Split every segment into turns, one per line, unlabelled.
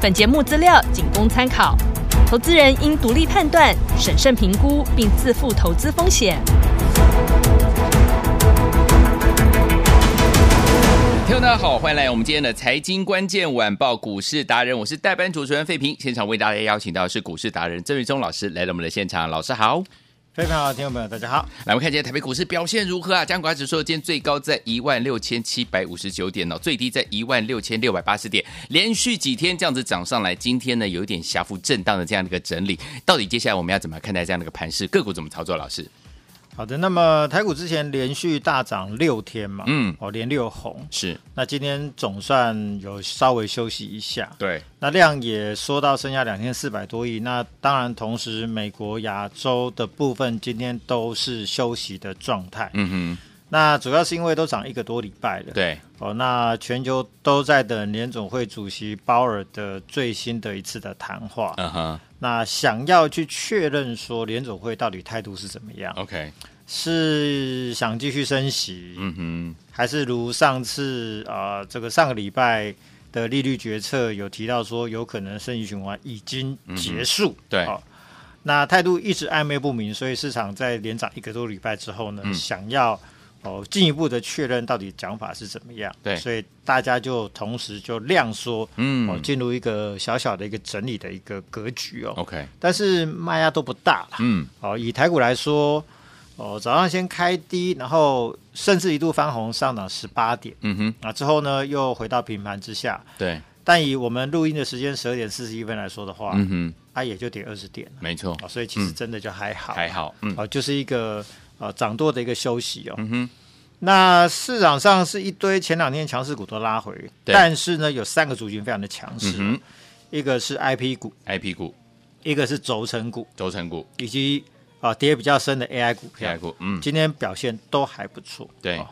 本节目资料仅供参考，投资人应独立判断、审慎评估，并自负投资风险。
听众大家好，欢迎来我们今天的财经关键晚报股市达人，我是代班主持人费平，现场为大家邀请到的是股市达人郑玉忠老师来到我们的现场，老师好。
非常好，听众朋友，大家好。
来，我们看今天台北股市表现如何啊？加权指数今天最高在一万六千七百五十九点哦，最低在一万六千六百八十点，连续几天这样子涨上来，今天呢有一点狭幅震荡的这样的一个整理。到底接下来我们要怎么看待这样的一个盘势？个股怎么操作？老师，
好的，那么台股之前连续大涨六天嘛，
嗯
哦，连六红。
是
那今天总算有稍微休息一下，
对，
那量也缩到剩下两千四百多亿。那当然，同时美国、亚洲的部分今天都是休息的状态。
嗯哼，
那主要是因为都涨一个多礼拜了，
对，
哦，那全球都在等联总会主席鲍尔的最新的一次的谈话。
嗯哼
那想要去确认说联总会到底态度是怎么样？
，OK，
是想继续升息，
嗯哼，
还是如上次啊、呃这个上个礼拜的利率决策有提到说，有可能升息循环已经结束？
嗯对
好那态度一直暧昧不明，所以市场在连涨一个多礼拜之后呢，
嗯
想要哦进一步的确认到底讲法是怎么样，
对
所以大家就同时就量缩，哦，
嗯
进入一个小小的一个整理的一个格局哦，
，OK，
但是卖压都不大啦，
嗯，
哦，以台股来说，哦，早上先开低，然后甚至一度翻红上涨十八点，
嗯哼，
啊，之后呢又回到平盘之下。
对，
但以我们录音的时间十二点四十一分来说的话，
嗯哼，
它、也就跌二十点了、
没错，
哦，所以其实真的就还好，
还好，嗯，
哦，就是一个呃涨多的一个休息哦。
嗯哼，
那市场上是一堆前两天强势股都拉回，
对
但是呢有三个族群非常的强势，
嗯哼
一个是 IP 股，
，IP 股、
一个是轴承股，
轴承股、
以及啊、跌比较深的 AI 股票
AI。股，嗯，
今天表现都还不错。
对
哦，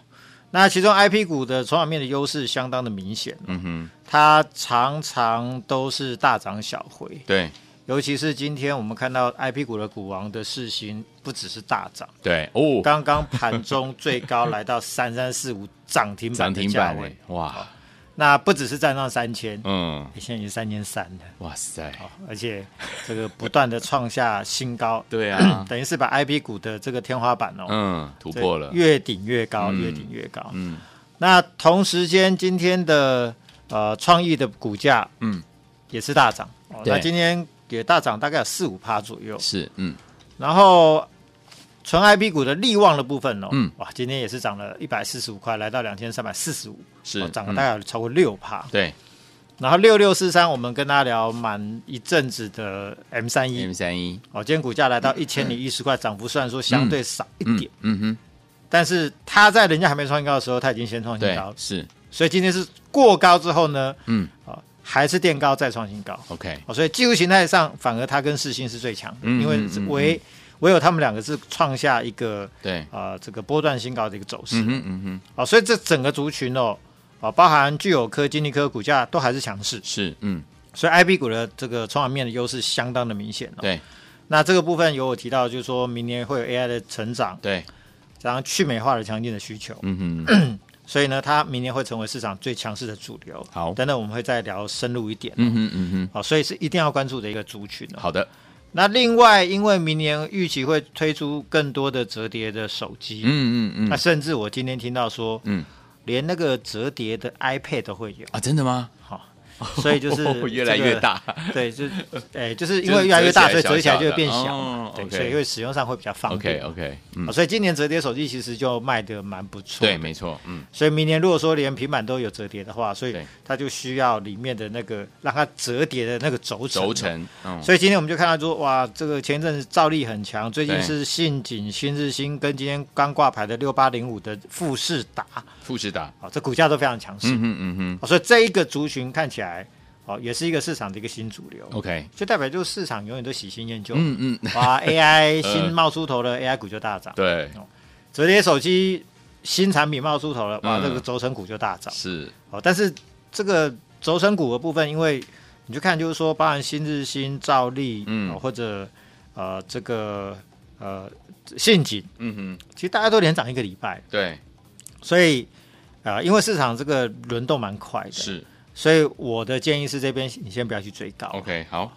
那其中 IP 股的筹码面的优势相当的明显，
嗯哼，
它常常都是大涨小回，
对，
尤其是今天我们看到 IP 股的股王的市型不只是大涨，
对，哦，
刚刚盘中最高 来到三三四五涨停
涨
板的
停
价
板
位
嘞，，哇，
那不只是站上三千、欸
嗯，哦
现在已经三千三了。
哇塞，，
而且这个不断的创下新高
对啊
等于是把 IP 股的这个天花板哦，
嗯，突
这
破了，
越顶越高，
嗯
越顶越高。
嗯，
那同时间，今天的呃创意的股价，
嗯，
也是大涨。哦
对
那今天也大涨，大概有四五趴左右。
是，嗯，
然后纯 IP 股的利旺的部分哦，
嗯
哇，今天也是涨了一百四十五块，来到两千三百四十五，
是嗯
哦涨了大概有超过六趴。
对
然后六六四三，我们跟大家聊满一阵子的 M 三一
，M 三一，
哦，今天股价来到一千零一十块，涨幅虽然说相对少一
嗯
点，
嗯哼，
但是它在人家还没创新高的时候，它已经先创新
对
高，，
是，
所以今天是过高之后呢，
嗯
啊，还是垫高再创新高。
，OK，
哦，所以技术形态上，反而它跟世信是最强的，
嗯
因为
嗯嗯
唯唯有他们两个是创下一个
对，
啊、这个波段新高的一个走势。
嗯哼嗯哼，
哦，所以这整个族群哦，啊，包含具有科、金利科股价都还是强势，
是，嗯，
所以 IB 股的这个筹码面的优势相当的明显哦。
对
那这个部分有我提到，就是说明年会有 AI 的成长，
对，
然后去美化的强劲的需求，
嗯哼，
所以呢，它明年会成为市场最强势的主流。
好
等等我们会再聊深入一点。
嗯哼嗯
好，所以是一定要关注的一个族群
哼，
哦。
好的，
那另外，因为明年预期会推出更多的折叠的手机，
嗯嗯
那
嗯，
甚至我今天听到说，
嗯，
连那个折叠的 iPad 都会有，
啊，真的吗？
好、所以就是、
哦 越来越，大，
对，就是，哎、就
就
是
是
因为越来越大，
折
所以
起来
折起来就会变
小
小
小的
嘛
哦，
对，
OK
所以会使用上会比较方
OK
便。
OK，嗯
啊，所以今年折叠手机其实就卖的蛮不错，
对，。没错，嗯，
所以明年如果说连平板都有折叠的话，所以
对
它就需要里面的那个让它折叠的那个轴承，
轴承，嗯，
啊所以今天我们就看到说，哇，这个前一阵子照例很强，最近
对
是信锦、新日新跟今天刚挂牌的六八零五的富士达，哦
富士达，
啊，这股价都非常强势、
嗯哼嗯哼，
哦所以这一个族群看起来，哦，也是一个市场的一个新主流。
OK，
就代表就是市场永远都喜新厌旧。
哦嗯嗯，
哇，AI 新冒出头了、a i 股就大 涨。
对，
折叠手机新产品冒出头了，哇，
嗯
这个轴承股就大涨。
是，
哦，但是这个轴承股的部分，因为你就看就是说，包含新日新、兆利，
嗯
哦或者呃这个呃陷阱，
嗯哼，
其实大家都连涨一个礼拜，
对，
所以呃，因为市场这个轮动蛮快的，，
是
所以我的建议是这边你先不要去追高
，OK，好，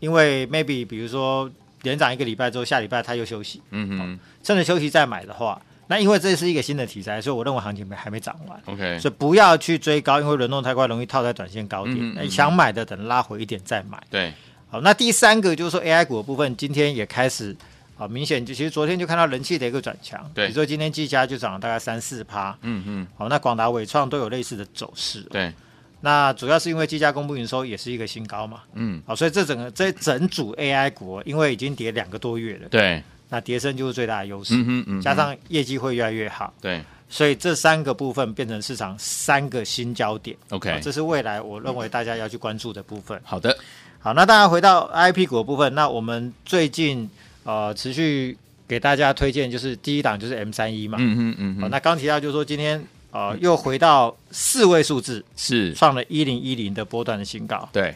因为 maybe 比如说连涨一个礼拜之后，下礼拜它又休息，
嗯哼
趁着休息再买的话，那因为这是一个新的题材，所以我认为行情没还没涨完。
，OK，
所以不要去追高，因为轮动太快，容易套在短线高点。
嗯嗯嗯
那想买的等拉回一点再买。
对，
好，那第三个就是说 AI 股的部分，今天也开始啊，明显就其实昨天就看到人气的一个转强。
对
比如说今天技嘉就涨了大概三四趴。
嗯嗯，
好，那广达、伟创都有类似的走势。，
对，
那主要是因为技嘉公布营收也是一个新高嘛。
嗯，
好，所以这整个这整组 AI 股哦，因为已经跌两个多月了，
对，
那跌升就是最大的优势。
嗯哼嗯哼，
加上业绩会越来越好，
对
所以这三个部分变成市场三个新焦点。啊
，OK，
这是未来我认为大家要去关注的部分。
好的，
好，那大家回到 I P 股的部分，那我们最近呃持续给大家推荐就是第一档就是 M 三一嘛，
嗯哼嗯
好
哼，
那刚提到就是说今天呃又回到四位数字，
是，
创了一零一零的波段的新高，
对，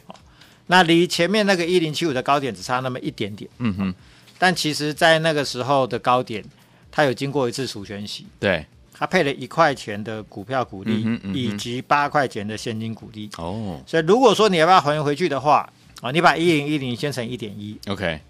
那离前面那个一零七五的高点只差那么一点点，
嗯哼，
但其实在那个时候的高点，它有经过一次除权息。
对，
它配了一块钱的股票股利，
嗯哼嗯哼
以及八块钱的现金股利。
哦
所以如果说你要不要还原回去的话，啊，你把一零一零先乘一点一，
，OK，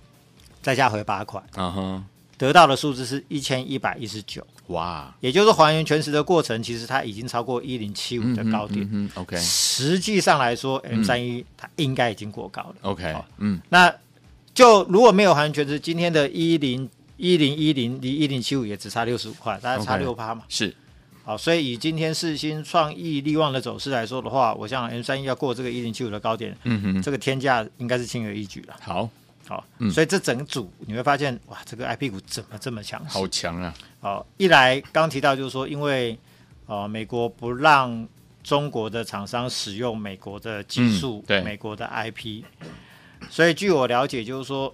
再下回八块，
啊哈，
得到的数字是一千一百一十九，
哇，
也就是还原全值的过程，其实它已经超过一零七五的高点。
嗯哼，OK 嗯
实际上来说，M 三一它应该已经过高了。
OK，嗯，
那就如果没有还原全值，今天的一零一零一零离一零七五也只差六十五块，大概差
OK
六趴嘛。
是，
好，所以以今天世新、创意、力旺的走势来说的话，我想 M 三一要过这个一零七五的高点，
嗯哼，
这个天价应该是轻而易举了。
好，
好，
嗯
所以这整组你会发现，哇，这个 IP 股怎么这么强势
好？强啊，
好，一来刚提到就是说，因为呃，美国不让中国的厂商使用美国的技术
嗯、对
美国的 IP，所以据我了解，就是说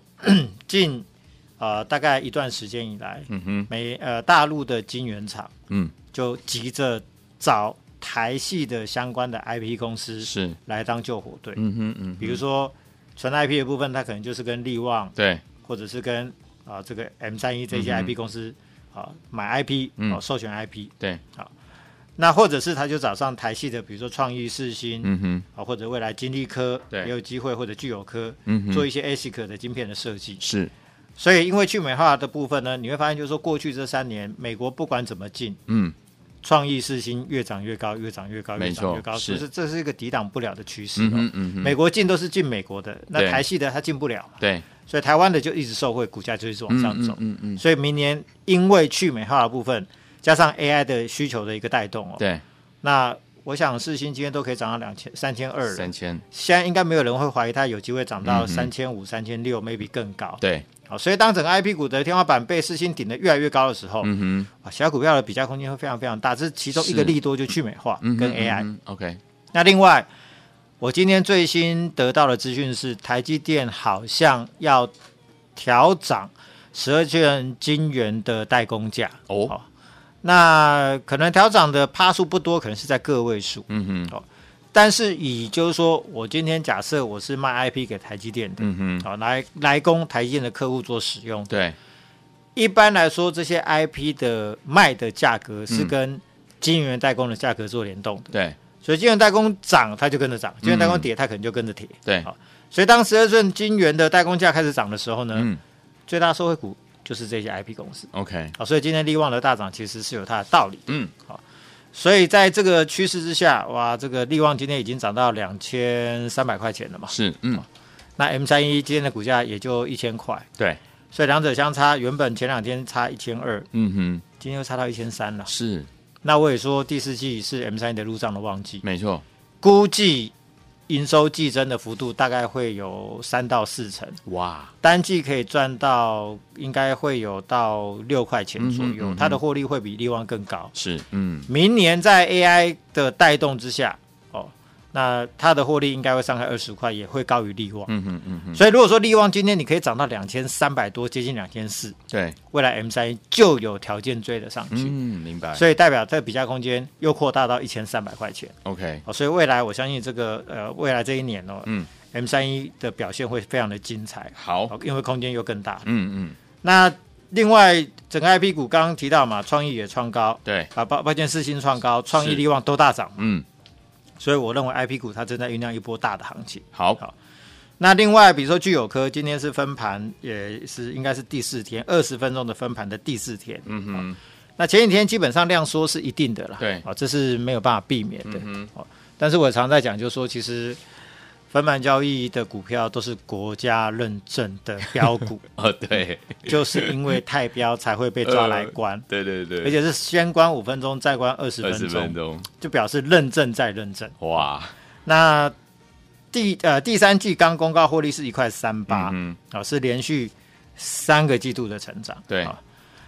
近呃大概一段时间以来，
嗯哼，
美呃大陆的晶圆厂。
嗯，
就急着找台系的相关的 IP 公司
是，
来当救火队。
嗯哼嗯哼，
比如说纯 IP 的部分，它可能就是跟力旺
对，
或者是跟啊、这个 M 三一这些
嗯哼
IP 公司啊、买 IP
嗯
哦、授权 IP，
对，
那或者是他就找上台系的，比如说创意、世新啊、
嗯哼，
或者未来金利科
对
也有机会，或者聚友科。
嗯哼，
做一些 ASIC 的晶片的设计，
是，
所以因为去美化的部分呢，你会发现就是说过去这三年，美国不管怎么进，
嗯，
创意四星越涨越高，越涨越高，越涨越高，
没错
就是是这是一个抵挡不了的趋势、
嗯
哦。
哼嗯哼，
美国进都是进美国的，那
对
台系的它进不了嘛，
对，
所以台湾的就一直受惠，股价就一直往上走。
嗯嗯，
所以明年因为去美化的部分，加上 AI 的需求的一个带动哦，
对，
那我想四星今天都可以涨到两千、三千二了
三。千，
现在应该没有人会怀疑它有机会涨
嗯
到
哼
三千五、三千六，maybe 更高。
对，
好，所以当整个 IP 股的天花板被四星顶得越来越高的时候，
嗯哼，
啊，小股票的比价空间会非常非常大，这是其中一个
是
利多就去美化
嗯哼，
跟 AI。
OK，
那另外，我今天最新得到的资讯是，台积电好像要调涨十二卷晶圆的代工价。
哦，
好那可能调涨的趴数不多，可能是在个位数。
嗯哼，
但是以就是说我今天假设我是卖 IP 给台积电的，
嗯哼，
好、来来供台积电的客户做使用。
对，
一般来说，这些 IP 的卖的价格是跟晶圆代工的价格做联动的，
对，
所以晶圆代工涨，它就跟着涨；晶圆代工跌，它可能就跟着跌。
对，
所以当十二寸晶圆的代工价开始涨的时候呢，
嗯
最大受惠股就是这些 IP 公司。
，OK，
好，所以今天力旺的大涨其实是有它的道理。
嗯，
所以在这个趋势之下，哇，这个力旺今天已经涨到两千三百块钱了嘛？
是，嗯，
那 M 三一今天的股价也就一千块，
对，
所以两者相差，原本前两天差一千二，
嗯
今天又差到一千三了
哼，。是，
那我也说第四季是 M 三的入账的旺季，
没错，
估计营收季增的幅度大概会有三到四成，
哇，
单季可以赚到应该会有到六块钱左右，
嗯哼嗯哼
它的获利会比利旺更高。
是，嗯，
明年在 AI 的带动之下，哦，那它的获利应该会上开二十块，也会高于利旺。
嗯哼嗯哼，
所以如果说利旺今天你可以涨到两千三百多，接近两千四，
对，
未来 M 三就有条件追得上去。
嗯，明白。
所以代表这个比价空间又扩大到一千三百块钱
OK，
哦，所以未来我相信这个呃，未来这一年哦，
嗯
，M 三一的表现会非常的精彩，
好，
哦，因为空间又更大。
嗯嗯，
那另外整个 IP 股刚刚提到嘛，创意也创高，
对，
啊，抱抱歉，四星创高，创
是
意力旺都大涨，
嗯，
所以我认为 IP 股它正在酝酿一波大的行情。
好，
好那另外，比如说聚友科今天是分盘，也是应该是第四天，二十分钟的分盘的第四天。
嗯哼，
那前几天基本上量缩是一定的啦，
对
哦，这是没有办法避免的。
嗯
哦，但是我常在讲，就是说，其实分盘交易的股票都是国家认证的 标股，
哦，对，
就是因为太标才会被抓来关。
对对呃对，
而且是先关五分钟，再关二十
二
分
十
钟，
分钟，
就表示认证再认证。
哇，
那第呃第三季刚公告获利是一块三八，
嗯
哦，是连续三个季度的成长。
对
哦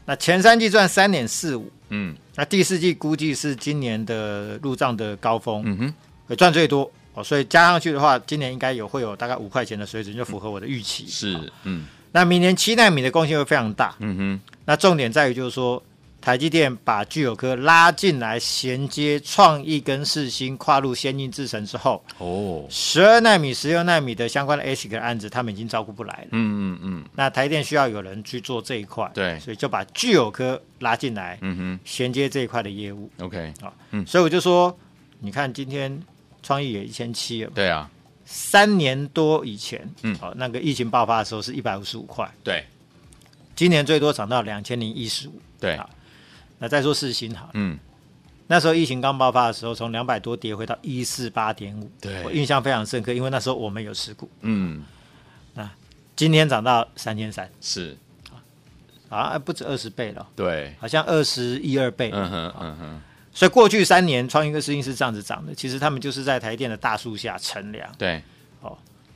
那前三季赚三点四五，
嗯
那第四季估计是今年的入账的高峰，
嗯哼，
会赚最多哦，所以加上去的话，今年应该有会有大概五块钱的水准，就符合我的预期。
是，嗯
那明年七纳米的贡献会非常大。
嗯哼，
那重点在于就是说，台积电把聚友科拉进来衔接创意跟世芯跨入先进制程之后，
哦，
十二纳米、十六纳米的相关的 ASIC 案子，他们已经照顾不来了。
嗯嗯嗯
那台电需要有人去做这一块，
对
所以就把聚友科拉进来，
嗯
衔接这一块的业务。
哼，OK，嗯
啊所以我就说，你看今天创意也一千七了嘛，
对啊，
三年多以前，
嗯
哦，那个疫情爆发的时候是一百五十五块，
对
今年最多涨到两千零一十五。
对，
那再说世新好了，
嗯
那时候疫情刚爆发的时候，从两百多跌回到一四八点五，
对
我印象非常深刻，因为那时候我们有持股。
嗯
今天涨到三千三，
是，
啊，不止二十倍了，
对，
好像二十一二倍。
嗯哼嗯哼，
所以过去三年，创意跟世新是这样子涨的。其实他们就是在台电的大树下乘凉，
对，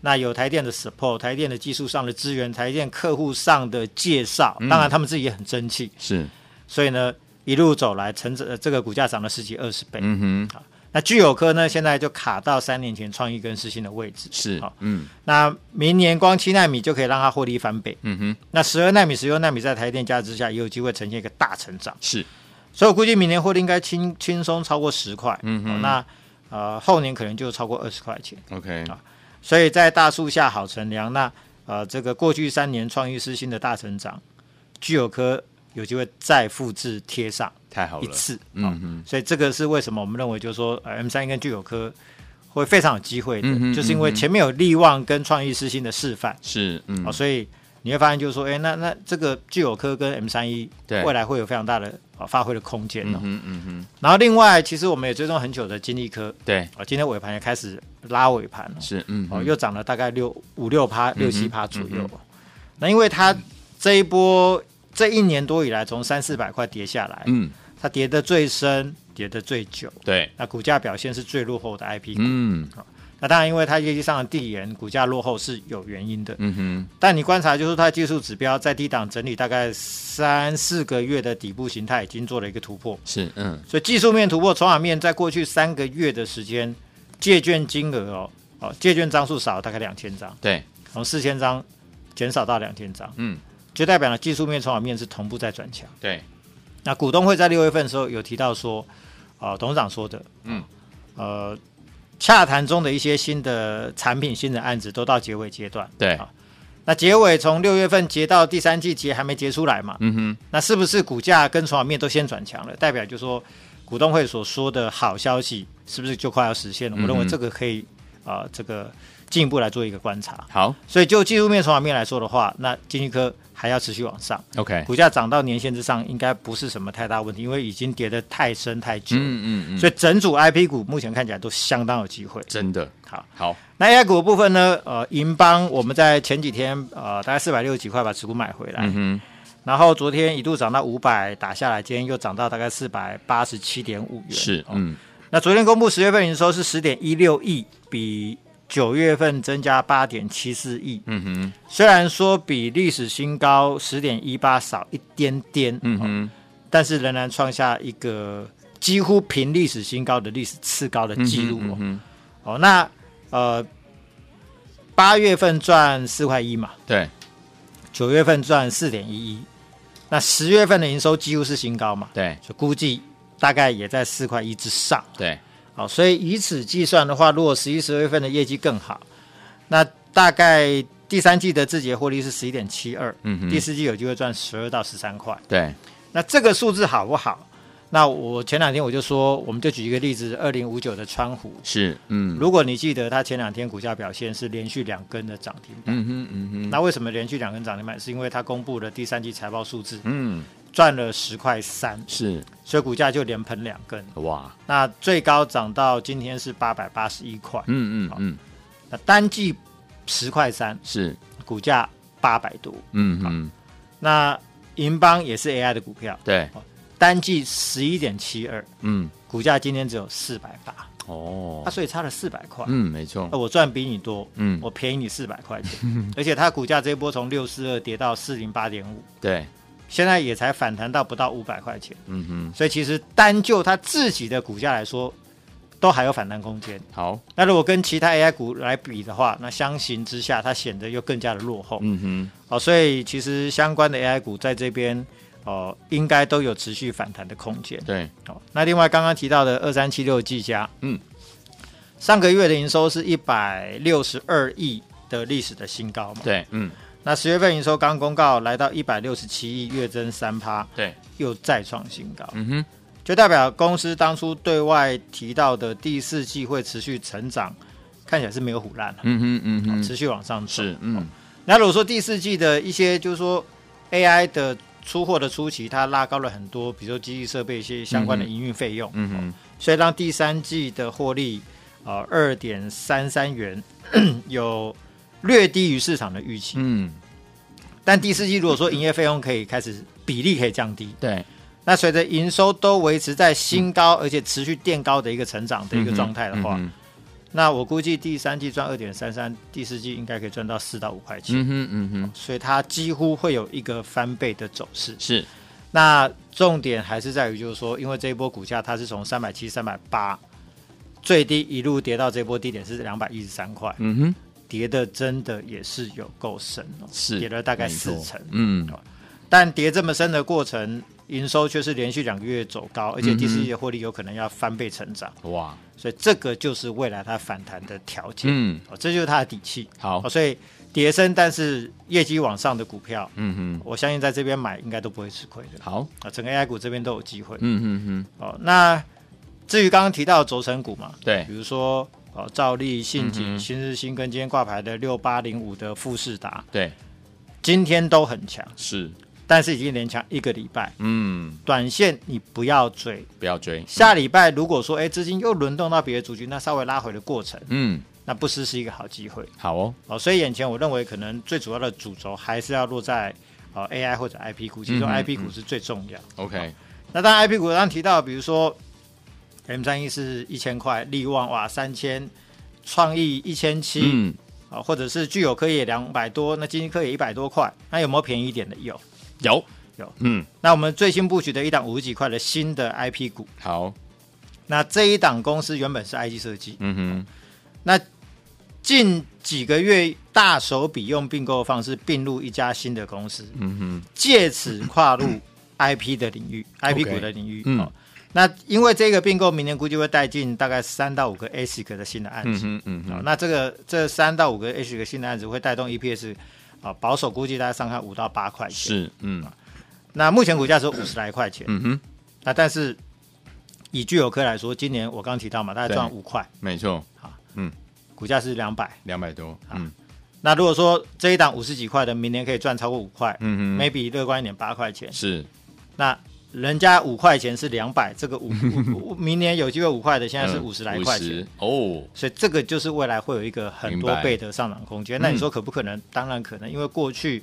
那有台电的 support，台电的技术上的资源，台电客户上的介绍，
嗯
当然他们自己也很争气，
是，
所以呢，一路走来，成长呃这个股价涨了十几二十倍。
嗯哼，
那聚友科呢，现在就卡到三年前创意跟世新的位置。
是
好，
嗯
那明年光七纳米就可以让它获利翻倍。
嗯哼，
那十二纳米、十六纳米在台电加持之下，也有机会呈现一个大成长。
是，
所以我估计明年获利应该轻轻松超过十块，
嗯哼
哦那呃后年可能就超过二十块钱。
OK，
所以在大树下好乘凉，那呃这个过去三年创意失新的大成长，具有科有机会再复制贴上
太好
一
了，
次，啊
嗯哼，
所以这个是为什么我们认为就是说呃 M 三跟具有科会非常有机会的，
嗯哼
就是因为前面有利旺跟创意失新的示范，
是，嗯
哦，，所以你会发现就是说，哎、那那这个具有科跟 M 三一
对
未来会有非常大的、哦、发挥的空间哦。
嗯哼嗯哼，
然后另外，其实我们也追踪很久的金利科，
对，
哦，今天尾盘也开始拉尾盘了、
是，嗯，
哦，又涨了大概六五六趴、六七趴左右、
嗯
那因为它这一波这一年多以来，从三四百块跌下来，
嗯，
它跌得最深，跌得最久，
对，
那股价表现是最落后的 IP 股。
嗯
那当然，因为它业绩上的递延，股价落后是有原因的。
嗯哼，
但你观察就是它技术指标在低档整理大概三四个月的底部形态已经做了一个突破，
是，嗯
所以技术面突破、筹码面在过去三个月的时间，借券金额哦哦，借券张数少了大概两千张，
对，
从四千张减少到两千张，
嗯
就代表了技术面、筹码面是同步在转强。
对，
那股东会在六月份的时候有提到说，呃，董事长说的，
嗯，
呃，洽谈中的一些新的产品、新的案子都到结尾阶段，
对
啊那结尾从六月份结到第三季结还没结出来嘛？
嗯哼，
那是不是股价跟筹码面都先转强了？代表就说股东会所说的好消息是不是就快要实现了？我认
嗯
为
哼
这个可以啊、呃这个进一步来做一个观察。
好
所以就技术面、筹码面来说的话，那金立科还要持续往上，
，OK，
股价涨到年线之上应该不是什么太大问题，因为已经跌得太深太久了。
嗯嗯嗯，
所以整组 I P 股目前看起来都相当有机会。
真的
好，
好，
那 AI 股的部分呢？呃，银邦我们在前几天呃大概四百六十几块把持股买回来，
嗯哼，
然后昨天一度涨到五百打下来，今天又涨到大概四百八十七点五元。
是，
哦
嗯
那昨天公布十月份营收是十点一六亿，比九月份增加八点七四亿，
嗯哼，
虽然说比历史新高十点一八少一点点，
嗯
哦
哼，
但是仍然创下一个几乎平历史新高的历史次高的记录、哦。
嗯哼，
哦，那呃，八月份赚四块一嘛，
对，
九月份赚四点一一，那十月份的营收几乎是新高嘛，
对，
所以估计大概也在四块一之上。
对，
好，所以以此计算的话，如果十一、十月份的业绩更好，那大概第三季的自己的获利是十一点七二，
嗯哼
第四季有机会赚十二到十三块。
对，
那这个数字好不好？那我前两天我就说，我们就举一个例子，二零五九的川湖，
是，嗯，
如果你记得它前两天股价表现是连续两根的涨停板，
嗯哼，嗯哼，
那为什么连续两根涨停板？是因为它公布了第三季财报数字，
嗯，
赚了十块三，
是，
所以股价就连喷两根。
哇，
那最高涨到今天是八百八十一块，
嗯嗯嗯，
那单季十块三，
是，
股价八百多。
嗯嗯，
那银邦也是 AI 的股票，
对，
单季十一点七二，
嗯，
股价今天只有四百八，
哦
啊，，所以差了四百块。
嗯，没错
那，我赚比你多，
嗯
哦我便宜你四百块钱，而且它股价这一波从六四二跌到四零八点五，
对，
现在也才反弹到不到五百块钱，
嗯哼，
所以其实单就它自己的股价来说，都还有反弹空间。
好，
那如果跟其他 AI 股来比的话，那相形之下，它显得又更加的落后。
嗯哼，
哦，所以其实相关的 AI 股在这边哦，应该都有持续反弹的空间。
对，
哦，那另外刚刚提到的二三七六技嘉，
嗯，
上个月的营收是一百六十二亿的历史的新高嘛？。
对，嗯，
那十月份营收刚公告来到一百六十七亿，月增三趴，
对，
又再创新高，
嗯哼，
就代表公司当初对外提到的第四季会持续成长，看起来是没有虎烂了。哦
嗯哼，嗯哼，
持续往上走
是，嗯，
那如果说第四季的一些，就是说 AI 的出货的初期，它拉高了很多，比如说机器设备一些相关的
嗯哼
营运费用，
嗯哼，
所以让第三季的获利呃二点三三元 有略低于市场的预期。
嗯，
但第四季如果说营业费用可以开始比例可以降低，
对，
那随着营收都维持在新高、
嗯
而且持续垫高的一个成长的一个状态的话，那我估计第三季赚二点三三，第四季应该可以赚到四到五块钱。
嗯哼，嗯哼，
所以它几乎会有一个翻倍的走势。
是，
那重点还是在于，就是说，因为这一波股价它是从三百七、三百八最低一路跌到这波低点是两百一十三块，
嗯哼，
跌的真的也是有够深哦，
是，
跌了大概四成。哦
嗯，
但跌这么深的过程，营收却是连续两个月走高，
嗯
而且第四季的获利有可能要翻倍成长，
哇，
所以这个就是未来它反弹的条件。
嗯，
哦，这就是它的底气。
好
哦，所以跌深但是业绩往上的股票，
嗯
我相信在这边买应该都不会吃亏的
哼，。好，
啊，整个 AI 股这边都有机会。
嗯哼哼，
哦，那至于刚刚提到的轴承股嘛，
对
比，如说哦，兆利、信
哎嗯
锦、
哼
新日新跟今天挂牌的六八零五的富士达，
对，
今天都很强，
是，
但是已经连强一个礼拜。
嗯，
短线你不要追，
不要追，
下礼拜如果说哎资金又轮动到别的族群，那稍微拉回的过程，
嗯，
那不失是一个好机会
好哦，
哦。所以眼前我认为可能最主要的主轴还是要落在哦 AI 或者 IP 股，其中
嗯哼
IP 股
嗯
是最重要。
OK，
那当然 I P 股刚刚提到，比如说 M 三一是一千块，力旺哇三千，创意一千七
嗯，
啊，或者是具有科也两百多，那金立科也一百多块，那有没有便宜一点的？有。
有
有，
嗯，
那我们最新布局的一档五十几块的新的 I P 股，
好，
那这一档公司原本是 I G 设计，
嗯哼，
那近几个月大手笔用并购的方式并入一家新的公司，
嗯哼，
借此跨入 IP 的领域、i p
OK
股的领域。
嗯
哦，那因为这个并购，明年估计会带进大概三到五个 ASIC 的新的案
嗯
子。
哼，嗯
哦
哼，
那这个这三到五个 ASIC 新的案子会带动 EPS 啊、保守估计大概上看五到八块钱。，
是，嗯，
啊那目前股价是五十来块钱。
嗯哼，
那但是以聚友科来说，今年我刚提到嘛，大概赚
对
五块，
没错，
股价是两百。
两百多，嗯，
那如果说这一档五十几块的，明年可以赚超过五块、
嗯
m
哼
a y，b e 乐观一点八块钱。
是，
那人家五块钱是两百，这个五五五明年有机会五块的，
嗯
现在是五十来块钱，
50哦，
所以这个就是未来会有一个很多
明白
倍的上涨空间。那你说可不可能？当然可能，因为过去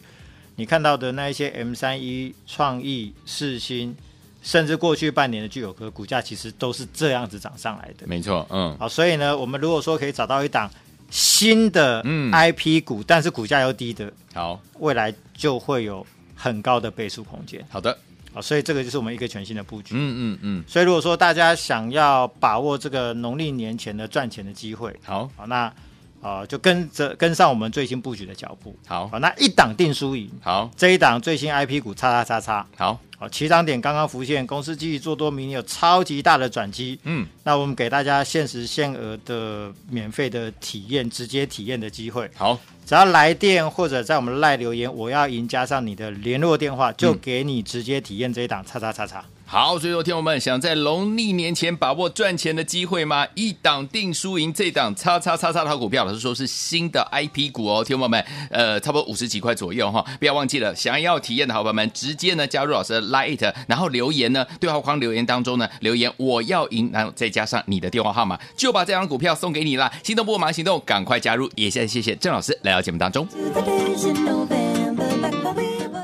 你看到的那一些 M 三一、创意、世新，甚至过去半年的具有科股价，其实都是这样子涨上来的。
没错，嗯，
好，所以呢，我们如果说可以找到一档新的
嗯
IP 股，但是股价又低的，
好，
未来就会有很高的倍数空间。
好的，
啊，所以这个就是我们一个全新的布局。
嗯嗯嗯，
所以如果说大家想要把握这个农历年前的赚钱的机会，
好
好，那啊、呃就跟着跟上我们最新布局的脚步。
好
好，那一档定输赢，
好
这一档最新 IP 股叉叉叉叉，
好，
好，起涨点刚刚浮现，公司继续做多，明年有超级大的转机。
嗯，
那我们给大家限时限额的免费的体验，直接体验的机会，
好，
只要来电或者在我们赖留言，我要赢加上你的联络电话，
嗯
就给你直接体验这一档叉叉叉叉。
好，所以说，听友们想在农历年前把握赚钱的机会吗？一档定输赢，这档叉叉叉叉的好股票，老师说是新的 IP 股哦，听友们，呃，差不多五十几块左右哈、不要忘记了，想要体验的好朋友们，直接呢加入老师的 Lite，然后留言呢对话框留言当中呢留言我要赢，然后再加上你的电话号码，就把这张股票送给你啦。心动不如马上行动，赶快加入！也先谢谢郑老师来到节目当中。
to the days in November back when we were.